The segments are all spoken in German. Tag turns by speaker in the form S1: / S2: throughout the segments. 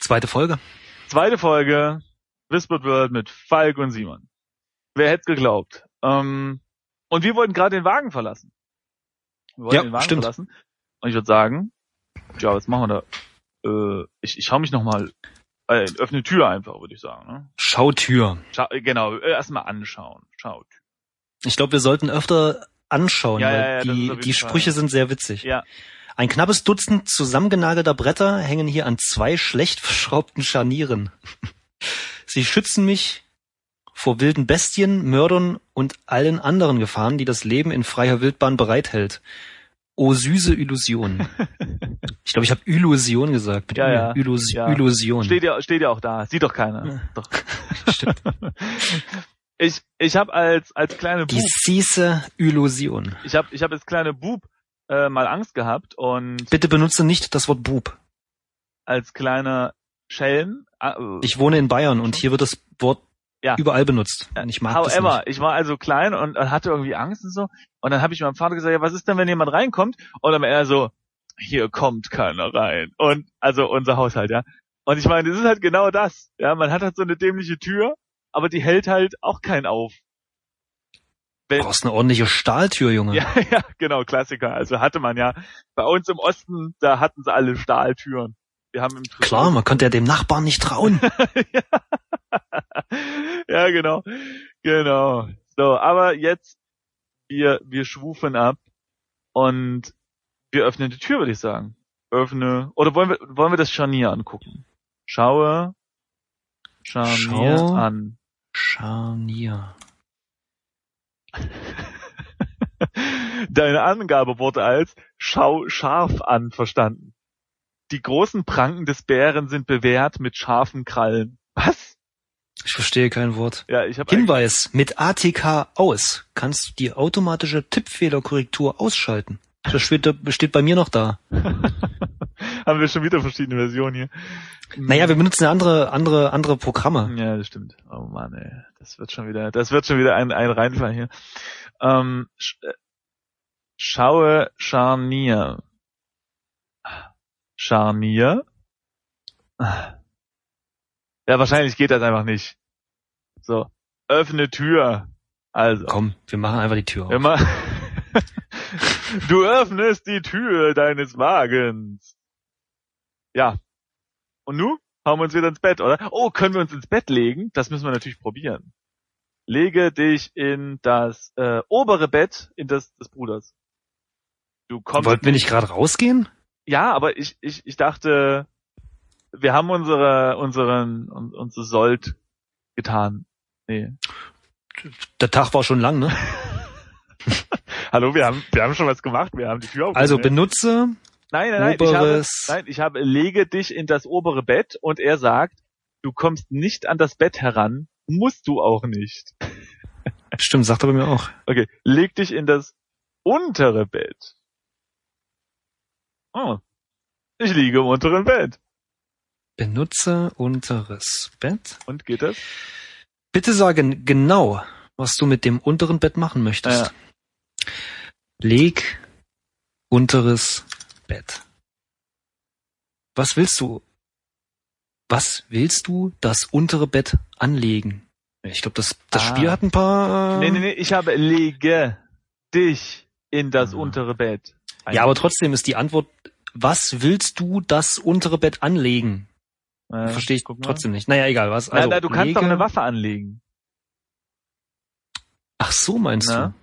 S1: Zweite Folge.
S2: Zweite Folge Whispered World mit Falk und Simon. Wer hätte geglaubt? Ähm, und wir wollten gerade den Wagen verlassen. Wir wollten
S1: Ja,
S2: den Wagen
S1: stimmt.
S2: verlassen. Und ich würde sagen, ja, was machen wir da? Äh, ich, ich hau mich nochmal, äh, öffne Tür einfach, würde ich sagen. Ne?
S1: Schautür.
S2: Scha äh, genau, äh, erstmal anschauen. Schaut.
S1: Ich glaube, wir sollten öfter anschauen,
S2: Ja,
S1: weil
S2: ja, ja, das ist auf
S1: die,
S2: jeden
S1: die
S2: Fall.
S1: Sprüche sind sehr witzig.
S2: Ja.
S1: Ein knappes Dutzend zusammengenagelter Bretter hängen hier an zwei schlecht verschraubten Scharnieren. Sie schützen mich vor wilden Bestien, Mördern und allen anderen Gefahren, die das Leben in freier Wildbahn bereithält. O süße Illusion. Ich glaube, ich habe Illusion gesagt. mit
S2: Ja,
S1: Ü.
S2: ja.
S1: Illus
S2: Ja.
S1: Illusion.
S2: Steht ja, steht ja auch da. Sieht doch keiner.
S1: Ja.
S2: Doch.
S1: Stimmt.
S2: Ich, ich habe als, als kleine
S1: Die
S2: Bub,
S1: süße Illusion.
S2: ich habe ich hab als kleine Bub äh, mal Angst gehabt und
S1: Bitte benutze nicht das Wort Bub.
S2: als kleiner Schelm. Äh,
S1: Ich wohne in Bayern und hier wird das Wort
S2: Ja.
S1: überall benutzt. Und ich mag das
S2: However,
S1: nicht.
S2: ich war also klein und und hatte irgendwie Angst und so. Und dann habe ich meinem Vater gesagt, ja, was ist denn, wenn jemand reinkommt? Und dann war er so, hier kommt keiner rein. Und also unser Haushalt, ja. Und ich meine, das ist halt genau das. Ja, man hat halt so eine dämliche Tür, aber die hält halt auch keinen auf.
S1: Du brauchst eine ordentliche Stahltür, Junge.
S2: Ja, ja, genau, Klassiker. Also hatte man ja. Bei uns im Osten, da hatten sie alle Stahltüren. Wir haben im
S1: Klar, man konnte ja dem Nachbarn nicht trauen.
S2: ja, genau. Genau. So, aber jetzt, wir, wir schwufen ab und wir öffnen die Tür, würde ich sagen. Öffne. Oder wollen wir, wollen wir das Scharnier angucken? Schaue. Scharnier
S1: Schau.
S2: an.
S1: Scharnier.
S2: Deine Angabe wurde als schau scharf an verstanden. Die großen Pranken des Bären sind bewehrt mit scharfen Krallen. Was?
S1: Ich verstehe kein Wort.
S2: Ja, ich habe
S1: Hinweis, mit ATK aus kannst du die automatische Tippfehlerkorrektur ausschalten. Das steht, steht bei mir noch da.
S2: haben wir schon wieder verschiedene Versionen hier. Mhm.
S1: Naja, wir benutzen ja andere, andere, andere Programme.
S2: Ja, das stimmt. Oh Mann, ey. Das wird schon wieder, das wird schon wieder ein, ein Reinfall hier. Ähm, sch äh, schaue Scharnier. Scharnier? Ja, wahrscheinlich geht das einfach nicht. So. Öffne Tür. Also.
S1: Komm, wir machen einfach die Tür auf.
S2: Immer. Du öffnest die Tür deines Wagens. Ja. Und nu? Hauen wir uns wieder ins Bett, oder? Oh, können wir uns ins Bett legen? Das müssen wir natürlich probieren. Lege dich in das äh, obere Bett in das des Bruders. Du kommst.
S1: Wollten wir nicht gerade rausgehen?
S2: ja, aber ich, ich, ich dachte, wir haben unsere unseren un- unsere Sold getan. Nee.
S1: Der Tag war schon lang, ne?
S2: Hallo, wir haben wir haben schon was gemacht. Wir haben die Tür aufgemacht.
S1: Also benutze
S2: Nein, nein, nein, ich habe,
S1: oberes.
S2: nein, ich habe, lege dich in das obere Bett und er sagt, du kommst nicht an das Bett heran, musst du auch nicht.
S1: Stimmt, sagt er bei mir auch.
S2: Okay, leg dich in das untere Bett. Oh, ich liege im unteren Bett.
S1: Benutze unteres Bett.
S2: Und geht das?
S1: Bitte sage genau, was du mit dem unteren Bett machen möchtest.
S2: Ja.
S1: Leg unteres Bett. Was willst du? Was willst du das untere Bett anlegen? Ich glaube, das, das
S2: Ah.
S1: Spiel hat ein paar.
S2: Nee,
S1: Äh,
S2: nee, nee, ich habe, lege dich in das
S1: Ah.
S2: untere Bett.
S1: Ja, aber trotzdem ist die Antwort, was willst du das untere Bett anlegen?
S2: Äh,
S1: Verstehe ich
S2: guck mal.
S1: trotzdem nicht. Naja, egal, was. also
S2: nein, nein, du kannst doch eine Waffe anlegen.
S1: Ach so, meinst
S2: Na?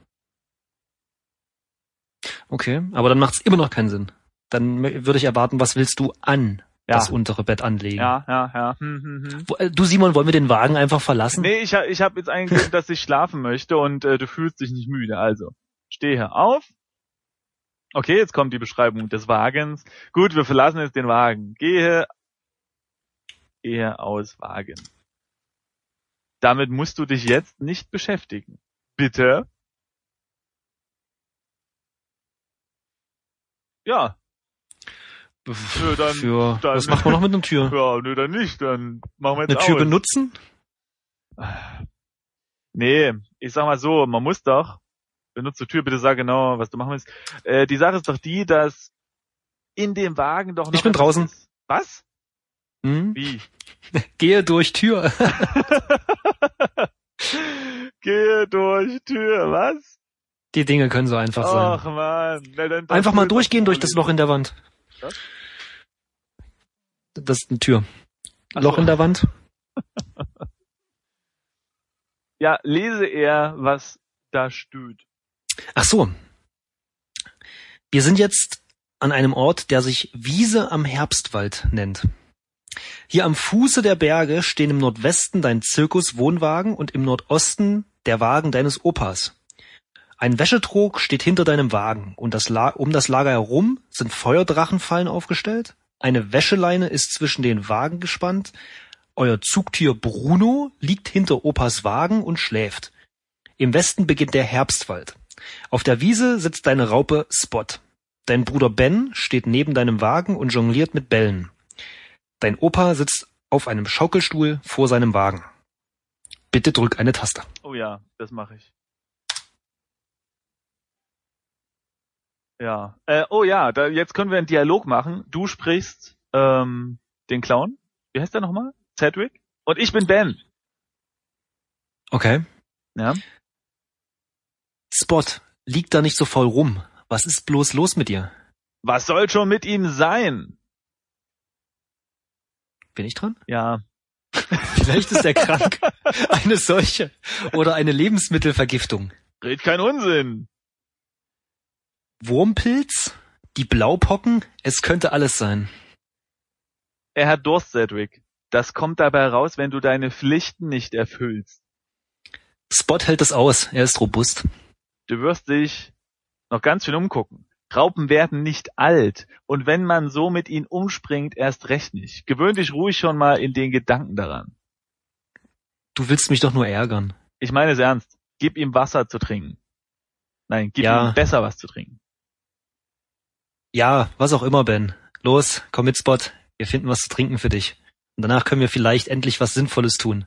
S1: du? Okay, aber dann macht's immer noch keinen Sinn. Dann mö- würde ich erwarten, was willst du an
S2: Ja.
S1: das untere Bett anlegen?
S2: Ja, ja, ja. Hm, hm, hm.
S1: Wo- äh, Du Simon, wollen wir den Wagen einfach verlassen?
S2: Nee, ich, ha- ich habe jetzt eingegeben, dass ich schlafen möchte und äh, du fühlst dich nicht müde. Also, stehe auf. Okay, jetzt kommt die Beschreibung des Wagens. Gut, wir verlassen jetzt den Wagen. Gehe, gehe aus Wagen. Damit musst du dich jetzt nicht beschäftigen. Bitte? Ja,
S1: Pf-
S2: Nö, dann-
S1: Für,
S2: dann-
S1: was macht man noch mit einer Tür?
S2: ja, nö, dann nicht. Dann machen wir jetzt
S1: Eine Tür
S2: aus.
S1: benutzen?
S2: Nee, ich sag mal so, man muss doch, benutze Tür, bitte sag genau, was du machen willst. Äh, die Sache ist doch die, dass in dem Wagen doch noch...
S1: Ich bin draußen.
S2: Was?
S1: Hm?
S2: Wie?
S1: Gehe durch Tür.
S2: Gehe durch Tür, was?
S1: Die Dinge können so einfach sein.
S2: Ach man. Na, dann- dann-
S1: Einfach mal durchgehen durch das Loch in der Wand.
S2: Was?
S1: Das ist eine Tür.
S2: Ach
S1: Loch
S2: so.
S1: in der Wand.
S2: Ja, lese eher, was da steht.
S1: Ach so. Wir sind jetzt an einem Ort, der sich Wiese am Herbstwald nennt. Hier am Fuße der Berge stehen im Nordwesten dein Zirkus-Wohnwagen und im Nordosten der Wagen deines Opas. Ein Wäschetrog steht hinter deinem Wagen und das La um das Lager herum sind Feuerdrachenfallen aufgestellt. Eine Wäscheleine ist zwischen den Wagen gespannt. Euer Zugtier Bruno liegt hinter Opas Wagen und schläft. Im Westen beginnt der Herbstwald. Auf der Wiese sitzt deine Raupe Spot. Dein Bruder Ben steht neben deinem Wagen und jongliert mit Bällen. Dein Opa sitzt auf einem Schaukelstuhl vor seinem Wagen. Bitte drück eine Taste.
S2: Oh ja, das mache ich. Ja. Äh, oh ja, da, jetzt können wir einen Dialog machen. Du sprichst ähm, den Clown. Wie heißt der nochmal? Cedric? Und ich bin Ben.
S1: Okay.
S2: Ja.
S1: Spot, lieg da nicht so faul rum. Was ist bloß los mit dir?
S2: Was soll schon mit ihm sein?
S1: Bin ich dran?
S2: Ja.
S1: Vielleicht ist er krank. Eine Seuche. Oder eine Lebensmittelvergiftung.
S2: Red kein Unsinn.
S1: Wurmpilz? Die Blaupocken? Es könnte alles sein.
S2: Er hat Durst, Cedric. Das kommt dabei raus, wenn du deine Pflichten nicht erfüllst.
S1: Spot hält es aus. Er ist robust.
S2: Du wirst dich noch ganz schön umgucken. Raupen werden nicht alt und wenn man so mit ihnen umspringt, erst recht nicht. Gewöhn dich ruhig schon mal in den Gedanken daran.
S1: Du willst mich doch nur ärgern.
S2: Ich meine es ernst. Gib ihm Wasser zu trinken. Nein, gib
S1: Ja.
S2: ihm besser was zu trinken.
S1: Ja, was auch immer, Ben. Los, komm mit Spot. Wir finden was zu trinken für dich. Und danach können wir vielleicht endlich was Sinnvolles tun.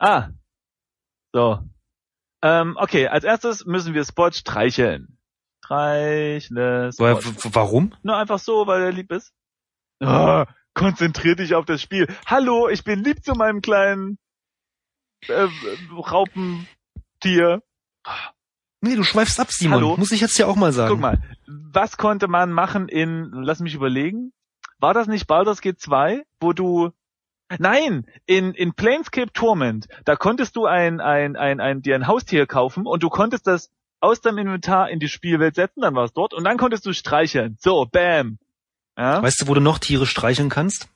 S2: Ah. So. Ähm, okay, als erstes müssen wir Spot streicheln. Streichle Spot.
S1: Woher- w- warum?
S2: Nur einfach so, weil er lieb ist. Ah, konzentrier dich auf das Spiel. Hallo, ich bin lieb zu meinem kleinen äh, Raupentier.
S1: Nee, du schweifst ab, Simon.
S2: Hallo?
S1: Muss ich jetzt ja auch mal sagen.
S2: Guck mal, was konnte man machen in, lass mich überlegen, war das nicht Baldur's Gate 2, wo du, nein, in, in Planescape Torment, da konntest du ein, ein, ein, ein, dir ein Haustier kaufen und du konntest das aus deinem Inventar in die Spielwelt setzen, dann war es dort und dann konntest du streicheln. So, bam. Ja?
S1: Weißt du, wo du noch Tiere streicheln kannst?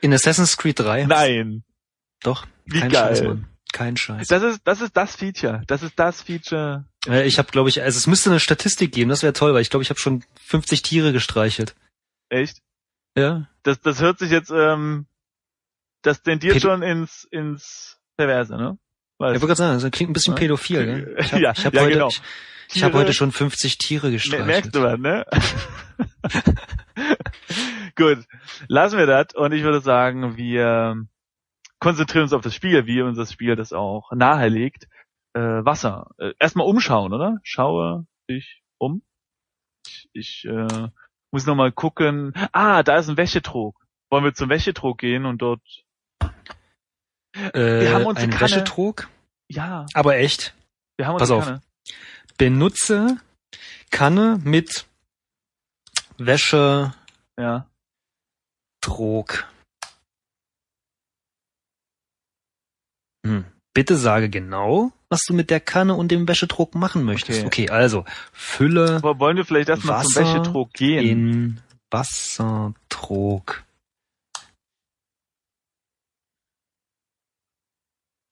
S1: In Assassin's Creed 3?
S2: Nein.
S1: Doch,
S2: Wie
S1: kein
S2: geil.
S1: Scheiß, Mann. Kein Scheiß.
S2: Das ist, das ist das Feature. Das ist das Feature.
S1: Äh, Ich habe, glaube ich, also es müsste eine Statistik geben, das wäre toll, weil ich glaube, ich habe schon 50 Tiere gestreichelt.
S2: Echt?
S1: Ja.
S2: Das, das hört sich jetzt, ähm, das tendiert
S1: Ped-
S2: schon ins, ins Perverse, ne?
S1: Ich
S2: Weil
S1: wollte gerade sagen, das klingt ein bisschen
S2: Ja.
S1: pädophil, gell? Ich habe
S2: Ja,
S1: ich hab
S2: ja,
S1: heute,
S2: genau.
S1: ich, ich hab
S2: Tiere-
S1: heute schon 50 Tiere
S2: Me-
S1: gestreichelt.
S2: merkst du was, ne? Gut. Lassen wir das. Und ich würde sagen, wir konzentrieren uns auf das Spiel, wie uns das Spiel das auch nahelegt. Äh, Wasser. Äh, erstmal umschauen, oder? Schaue ich um. Ich, ich äh, muss nochmal gucken. Ah, da ist ein Wäschetrog. Wollen wir zum Wäschetrog gehen und dort,
S1: äh,
S2: haben uns
S1: ein
S2: eine Kanne.
S1: Wäschetrog.
S2: ja,
S1: Aber echt,
S2: wir haben uns
S1: Pass auf. benutze Kanne mit Wäschetrog.
S2: Ja.
S1: Hm. Bitte sage genau, was du mit der Kanne und dem Wäschetrog machen möchtest. Okay, also Fülle
S2: Aber wollen wir vielleicht erstmal zum
S1: Wasser
S2: Wäschetrog gehen?
S1: in Wassertrog.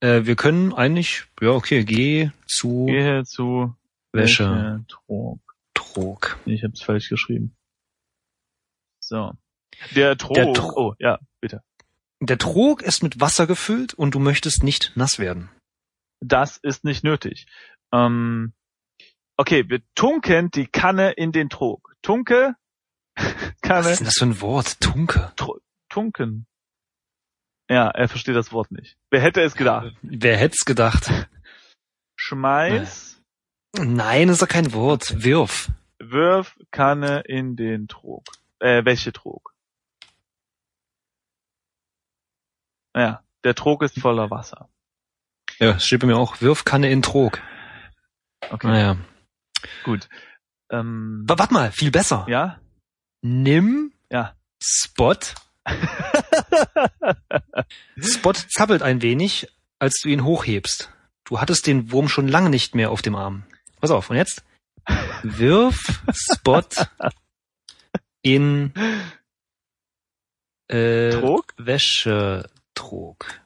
S1: Äh, wir können eigentlich, ja okay, geh zu
S2: Gehe zu
S1: Wäschetrog.
S2: Wäschetrog. Nee, ich habe es falsch geschrieben. So. Der Trog.
S1: Der Tro-
S2: oh, ja, bitte.
S1: Der Trog ist mit Wasser gefüllt und du möchtest nicht nass werden.
S2: Das ist nicht nötig. Ähm, okay, wir tunken die Kanne in den Trog. Tunke,
S1: Was
S2: Kanne,
S1: ist denn das für ein Wort? Tunke.
S2: tunken. Ja, er versteht das Wort nicht. Wer hätte es gedacht?
S1: Wer hätt's gedacht?
S2: Schmeiß,
S1: Nein, ist doch kein Wort. Wirf.
S2: wirf Kanne in den Trog. äh, welche Trog? Ja, der Trog ist voller Wasser.
S1: Ja, es steht bei mir auch Wirfkanne in Trog.
S2: Okay,
S1: Naja.
S2: gut. Ähm,
S1: Aber warte mal, viel besser.
S2: ja,
S1: Nimm
S2: ja.
S1: Spot. Spot zappelt ein wenig, als du ihn hochhebst. Du hattest den Wurm schon lange nicht mehr auf dem Arm. Pass auf, und jetzt? Wirf Spot in äh,
S2: Trog?
S1: Wäschetrog.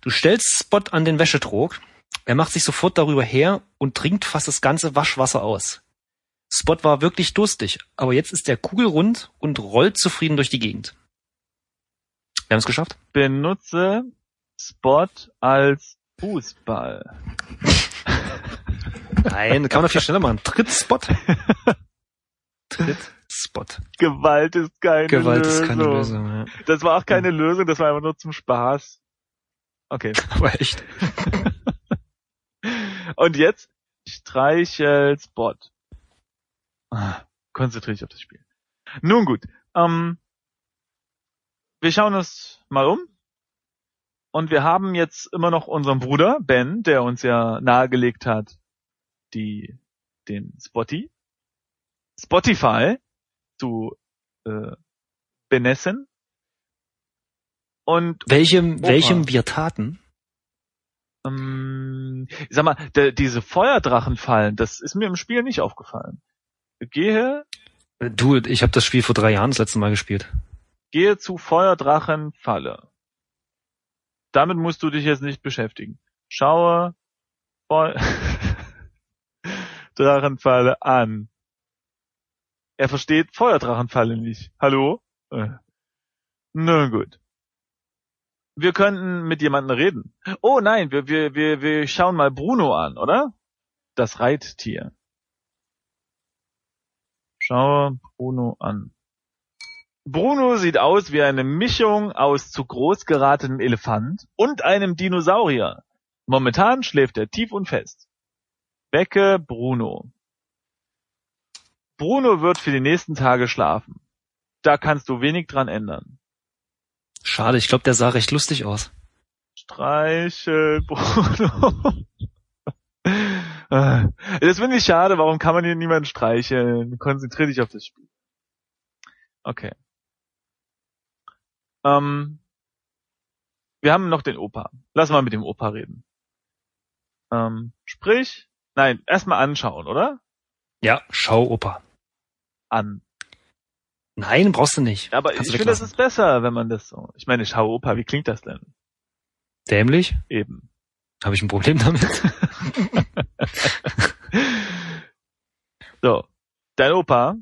S1: Du stellst Spot an den Wäschetrog. Er macht sich sofort darüber her und trinkt fast das ganze Waschwasser aus. Spot war wirklich durstig, aber jetzt ist er kugelrund und rollt zufrieden durch die Gegend. Wir haben es geschafft.
S2: Benutze Spot als Fußball.
S1: Nein, kann man doch viel schneller machen. Trittspot. Trittspot.
S2: Gewalt ist keine
S1: Gewalt
S2: Lösung.
S1: ist keine Lösung. Ja.
S2: Das war auch keine Lösung, das war einfach nur zum Spaß. Okay.
S1: Aber echt.
S2: Und jetzt streichel Spot. Ah, konzentriere dich auf das Spiel. Nun gut. Ähm, wir schauen uns mal um. Und wir haben jetzt immer noch unseren Bruder Ben, der uns ja nahegelegt hat, die den Spotty, Spotify zu äh, benessen. Und
S1: Welchem,
S2: Opa.
S1: welchem wir taten?
S2: ähm, ich sag mal, der, diese Feuerdrachenfallen, das ist mir im Spiel nicht aufgefallen. Gehe,
S1: Du, ich habe das Spiel vor drei Jahren das letzte Mal gespielt.
S2: gehe zu Feuerdrachenfalle. Damit musst du dich jetzt nicht beschäftigen. Schaue Feuerdrachenfalle an. Er versteht Feuerdrachenfalle nicht. Hallo? Äh. Na gut. Wir könnten mit jemandem reden. Oh nein, wir, wir, wir, wir schauen mal Bruno an, oder? Das Reittier. Schaue Bruno an. Bruno sieht aus wie eine Mischung aus zu groß geratenem Elefant und einem Dinosaurier. Momentan schläft er tief und fest. Wecke Bruno. Bruno wird für die nächsten Tage schlafen. Da kannst du wenig dran ändern.
S1: Schade, ich glaube, der sah recht lustig aus.
S2: Streichel Bruno. Äh, das finde ich schade. Warum kann man hier niemanden streicheln? Konzentrier dich auf das Spiel. Okay. Ähm, wir haben noch den Opa. Lass mal mit dem Opa reden. Ähm, sprich, nein, erstmal anschauen, oder?
S1: Ja, schau, Opa.
S2: An.
S1: Nein, brauchst du nicht.
S2: Aber
S1: Kannst du
S2: ich finde, das
S1: weglassen.
S2: ist besser, wenn man das so. Ich meine, schau Opa, wie klingt das denn?
S1: Dämlich?
S2: Eben.
S1: Habe ich ein Problem damit?
S2: So, dein Opa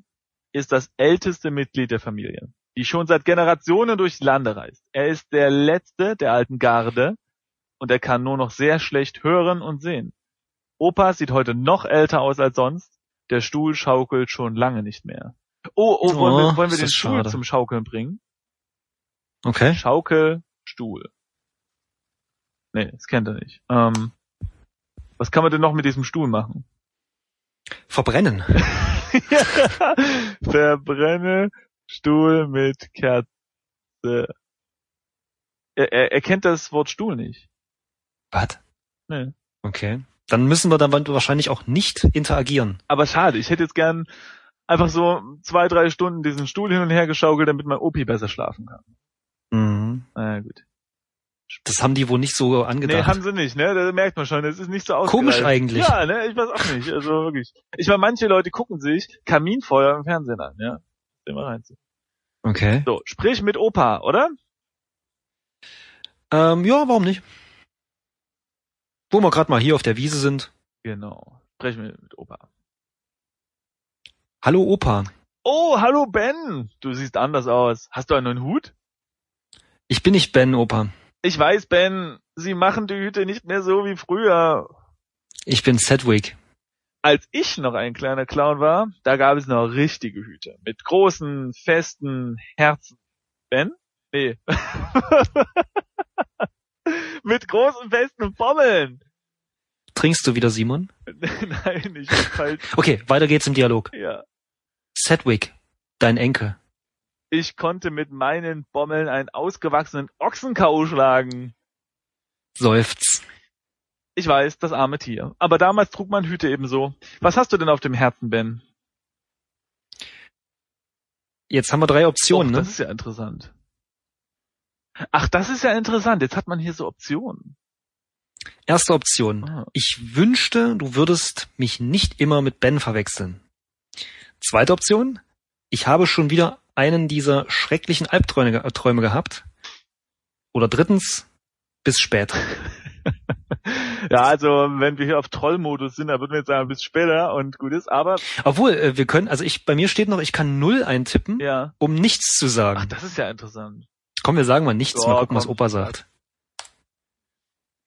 S2: ist das älteste Mitglied der Familie, die schon seit Generationen durchs Lande reist. Er ist der letzte der alten Garde und er kann nur noch sehr schlecht hören und sehen. Opa sieht heute noch älter aus als sonst. Der Stuhl schaukelt schon lange nicht mehr. Oh, oh, wollen
S1: Oh,
S2: wir, wollen wir
S1: ist
S2: den
S1: das
S2: Stuhl
S1: schade.
S2: zum Schaukeln bringen?
S1: Okay.
S2: Schaukel, Stuhl. Nee, das kennt er nicht. Ähm, was kann man denn noch mit diesem Stuhl machen?
S1: Verbrennen.
S2: Verbrenne Stuhl mit Kerze. Er, er, er kennt das Wort Stuhl nicht.
S1: Was?
S2: Nee.
S1: Okay. Dann müssen wir dann wahrscheinlich auch nicht interagieren.
S2: Aber schade, ich hätte jetzt gern einfach so zwei, drei Stunden diesen Stuhl hin und her geschaukelt, damit mein Opi besser schlafen kann.
S1: Mhm.
S2: Na ja, gut.
S1: Das haben die wohl nicht so angedacht.
S2: Nee, haben sie nicht, ne? Da merkt man schon, es ist nicht so ausgereift.
S1: Komisch eigentlich.
S2: Ja, ne? Ich weiß auch nicht. Also wirklich. Ich meine, manche Leute gucken sich Kaminfeuer im Fernsehen an, ja. Immer reinziehen.
S1: Okay.
S2: So, sprich mit Opa, oder?
S1: Ähm, ja, warum nicht? Wo wir gerade mal hier auf der Wiese sind.
S2: Genau. Sprich mit, mit Opa.
S1: Hallo Opa,
S2: Oh, hallo Ben. Du siehst anders aus. Hast du einen neuen Hut?
S1: ich bin nicht Ben, Opa.
S2: Ich weiß, Ben, sie machen die Hüte nicht mehr so wie früher.
S1: Ich bin Sedwick.
S2: Als ich noch ein kleiner Clown war, da gab es noch richtige Hüte. Mit großen, festen Herzen. Ben? Nee. Mit großen, festen Bommeln.
S1: Trinkst du wieder, Simon?
S2: Nein, ich bin falsch.
S1: Okay, weiter geht's im Dialog.
S2: Ja.
S1: Sedwick, dein Enkel.
S2: Ich konnte mit meinen Bommeln einen ausgewachsenen Ochsen K.O. schlagen.
S1: Seufz.
S2: Ich weiß, das arme Tier. Aber damals trug man Hüte ebenso. Was hast du denn auf dem Herzen, Ben?
S1: Jetzt haben wir drei Optionen,
S2: Och,
S1: ne?
S2: Das ist ja interessant. Ach, das ist ja interessant. Jetzt hat man hier so Optionen.
S1: Erste Option.
S2: Ah.
S1: Ich wünschte, du würdest mich nicht immer mit Ben verwechseln. Zweite Option. Ich habe schon wieder einen dieser schrecklichen Albträume ge- äh, Träume gehabt. Oder drittens. Bis spät.
S2: Ja, also wenn wir hier auf Trollmodus sind, dann würden wir jetzt sagen, bis später und gut ist. Aber
S1: Obwohl, äh, wir können, also ich, bei mir steht noch, ich kann null eintippen,
S2: ja,
S1: um nichts zu
S2: ach,
S1: sagen.
S2: das ist ja interessant.
S1: komm, wir sagen mal nichts,
S2: Ja,
S1: mal gucken, was
S2: komm.
S1: Opa sagt.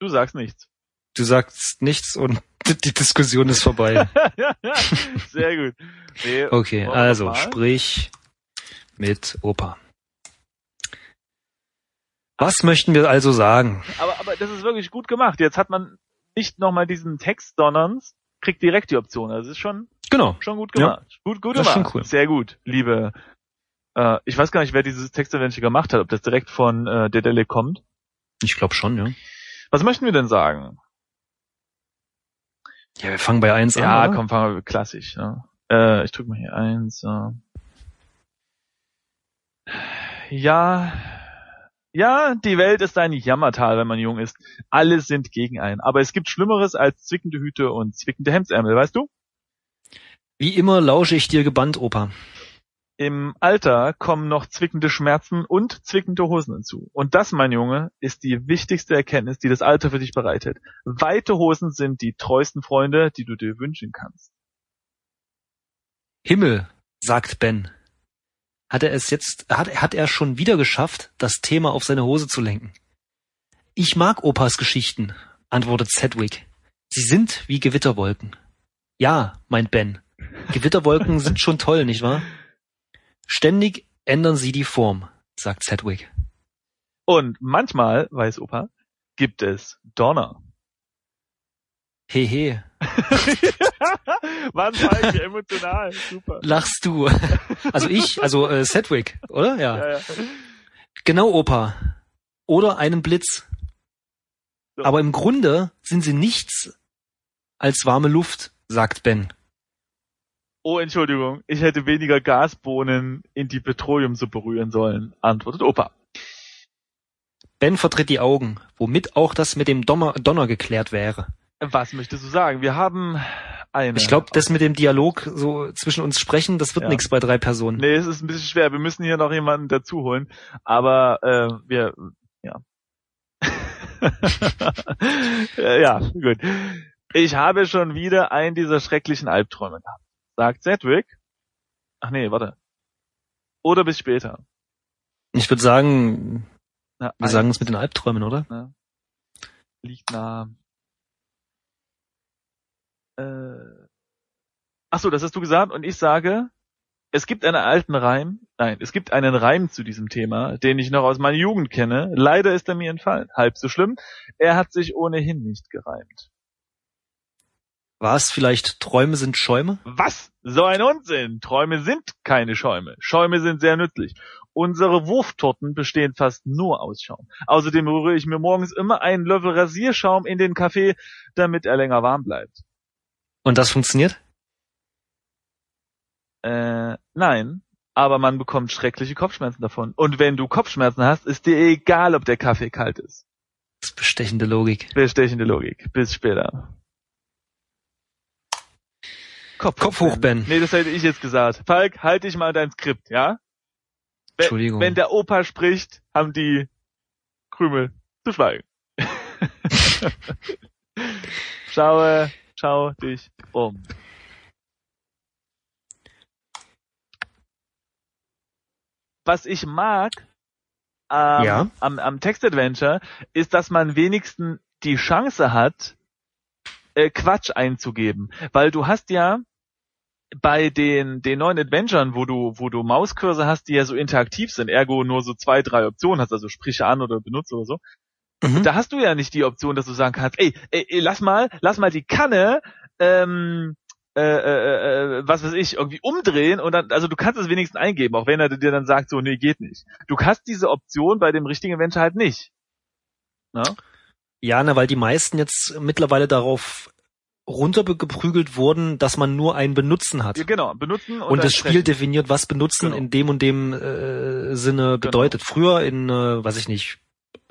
S2: Du sagst nichts.
S1: Du sagst nichts und die- die Diskussion ist vorbei.
S2: Sehr gut. Nee,
S1: Okay,
S2: Wollen wir
S1: also
S2: nochmal?
S1: sprich mit Opa. Was möchten wir also sagen?
S2: aber, aber das ist wirklich gut gemacht. Jetzt hat man nicht nochmal diesen Text, sondern kriegt direkt die Option. Also es ist schon
S1: Genau.
S2: Schon gut
S1: Ja.
S2: gemacht. Gut, gut
S1: Das ist
S2: gemacht.
S1: schon cool.
S2: Sehr gut, liebe. Äh, ich weiß gar nicht, wer dieses Textadventure gemacht hat, ob das direkt von äh, Dedele kommt.
S1: Ich glaube schon, ja.
S2: Was möchten wir denn sagen?
S1: Ja, wir fangen bei 1
S2: ja,
S1: an. oder?
S2: komm, fangen wir klassisch. Ja. Äh, ich drück mal hier eins. Äh. Ja. Ja, die Welt ist ein Jammertal, wenn man jung ist. Alle sind gegen einen. Aber es gibt Schlimmeres als zwickende Hüte und zwickende Hemdsärmel, weißt du?
S1: Wie immer lausche ich dir gebannt, Opa.
S2: Im Alter kommen noch zwickende Schmerzen und zwickende Hosen hinzu. Und das, mein Junge, ist die wichtigste Erkenntnis, die das Alter für dich bereitet. Weite Hosen sind die treuesten Freunde, die du dir wünschen kannst.
S1: Himmel, sagt Ben. Hat er es jetzt, hat, hat er schon wieder geschafft, das Thema auf seine Hose zu lenken? Ich mag Opas Geschichten, antwortet Sedgwick. Sie sind wie Gewitterwolken. Ja, meint Ben. Gewitterwolken sind schon toll, nicht wahr? Ständig ändern sie die Form, sagt Sedgwick.
S2: Und manchmal, weiß Opa, gibt es Donner.
S1: Hehe,
S2: Mann, war ich emotional. Super.
S1: lachst du. Also ich, also äh, Sedgwick, oder? ja.
S2: Ja, ja.
S1: Genau, Opa. Oder einen Blitz.
S2: So.
S1: Aber im Grunde sind sie nichts als warme Luft, sagt Ben.
S2: Oh, Entschuldigung, ich hätte weniger Gasbohnen in die Petroleumsuppe rühren sollen, antwortet Opa.
S1: Ben verdreht die Augen, womit auch das mit dem Dommer, Donner geklärt wäre.
S2: Was möchtest du sagen? Wir haben eine.
S1: Ich glaube, das mit dem Dialog so zwischen uns sprechen, das wird
S2: Ja.
S1: nichts bei drei Personen.
S2: Nee, es ist ein bisschen schwer. Wir müssen hier noch jemanden dazu holen. Aber äh, wir, ja. Äh, ja, gut. Ich habe schon wieder einen dieser schrecklichen Albträume gehabt, sagt Sedgwick. Ach nee, warte. Oder bis später.
S1: Ich würde sagen,
S2: Na,
S1: wir sagen es mit den Albträumen, oder?
S2: liegt nah. Äh, ach so, das hast du gesagt und ich sage, es gibt einen alten Reim, nein, es gibt einen Reim zu diesem Thema, den ich noch aus meiner Jugend kenne. Leider ist er mir entfallen. Halb so schlimm. Er hat sich ohnehin nicht gereimt.
S1: War es vielleicht Träume sind Schäume?
S2: Was? So ein Unsinn! Träume sind keine Schäume. Schäume sind sehr nützlich. Unsere Wurftorten bestehen fast nur aus Schaum. Außerdem rühre ich mir morgens immer einen Löffel Rasierschaum in den Kaffee, damit er länger warm bleibt.
S1: Und das funktioniert?
S2: Äh, nein. Aber man bekommt schreckliche Kopfschmerzen davon. Und wenn du Kopfschmerzen hast, ist dir egal, ob der Kaffee kalt ist.
S1: Das ist bestechende Logik.
S2: Bestechende Logik. Bis später. Kopf,
S1: Kopf hoch, Ben.
S2: Nee, das hätte ich jetzt gesagt. Falk, halt dich mal dein Skript, ja? Wenn-
S1: Entschuldigung.
S2: Wenn der Opa spricht, haben die Krümel zu schweigen. Schaue, schau dich um. Was ich mag ähm,
S1: Ja?
S2: am, am Text-Adventure ist, dass man wenigstens die Chance hat, äh, Quatsch einzugeben. Weil du hast ja bei den, den neuen Adventuren, wo du, wo du Mauskurse hast, die ja so interaktiv sind, ergo nur so zwei, drei Optionen hast, also sprich an oder benutze oder so,
S1: Mhm.
S2: da hast du ja nicht die Option, dass du sagen kannst, ey, ey, ey lass mal, lass mal die Kanne ähm, äh, äh, äh, was weiß ich, irgendwie umdrehen und dann, also du kannst es wenigstens eingeben, auch wenn er dir dann sagt, so, nee, geht nicht. Du hast diese Option bei dem richtigen Venture halt nicht. Na?
S1: Ja, na, weil die meisten jetzt mittlerweile darauf runtergeprügelt wurden, dass man nur ein Benutzen hat.
S2: Ja, genau, benutzen
S1: und, das
S2: dann
S1: Spiel definiert, was Benutzen
S2: Genau.
S1: in dem und dem äh, Sinne bedeutet. Früher in, äh, weiß ich nicht,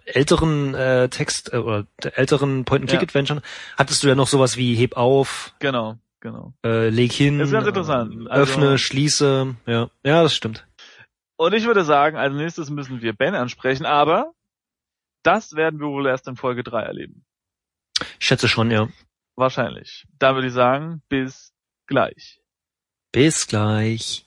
S1: älteren äh, Text äh, oder älteren Point-and-Click-Adventuren hattest du ja noch sowas wie heb auf,
S2: Genau, genau.
S1: äh, leg hin,
S2: Das ist ganz interessant.
S1: Äh,
S2: Also-
S1: öffne, schließe. Ja, ja, das stimmt.
S2: Und ich würde sagen, als nächstes müssen wir Ben ansprechen, aber das werden wir wohl erst in Folge 3 erleben.
S1: Ich schätze schon, ja.
S2: Wahrscheinlich. Da würde ich sagen, bis gleich.
S1: Bis gleich.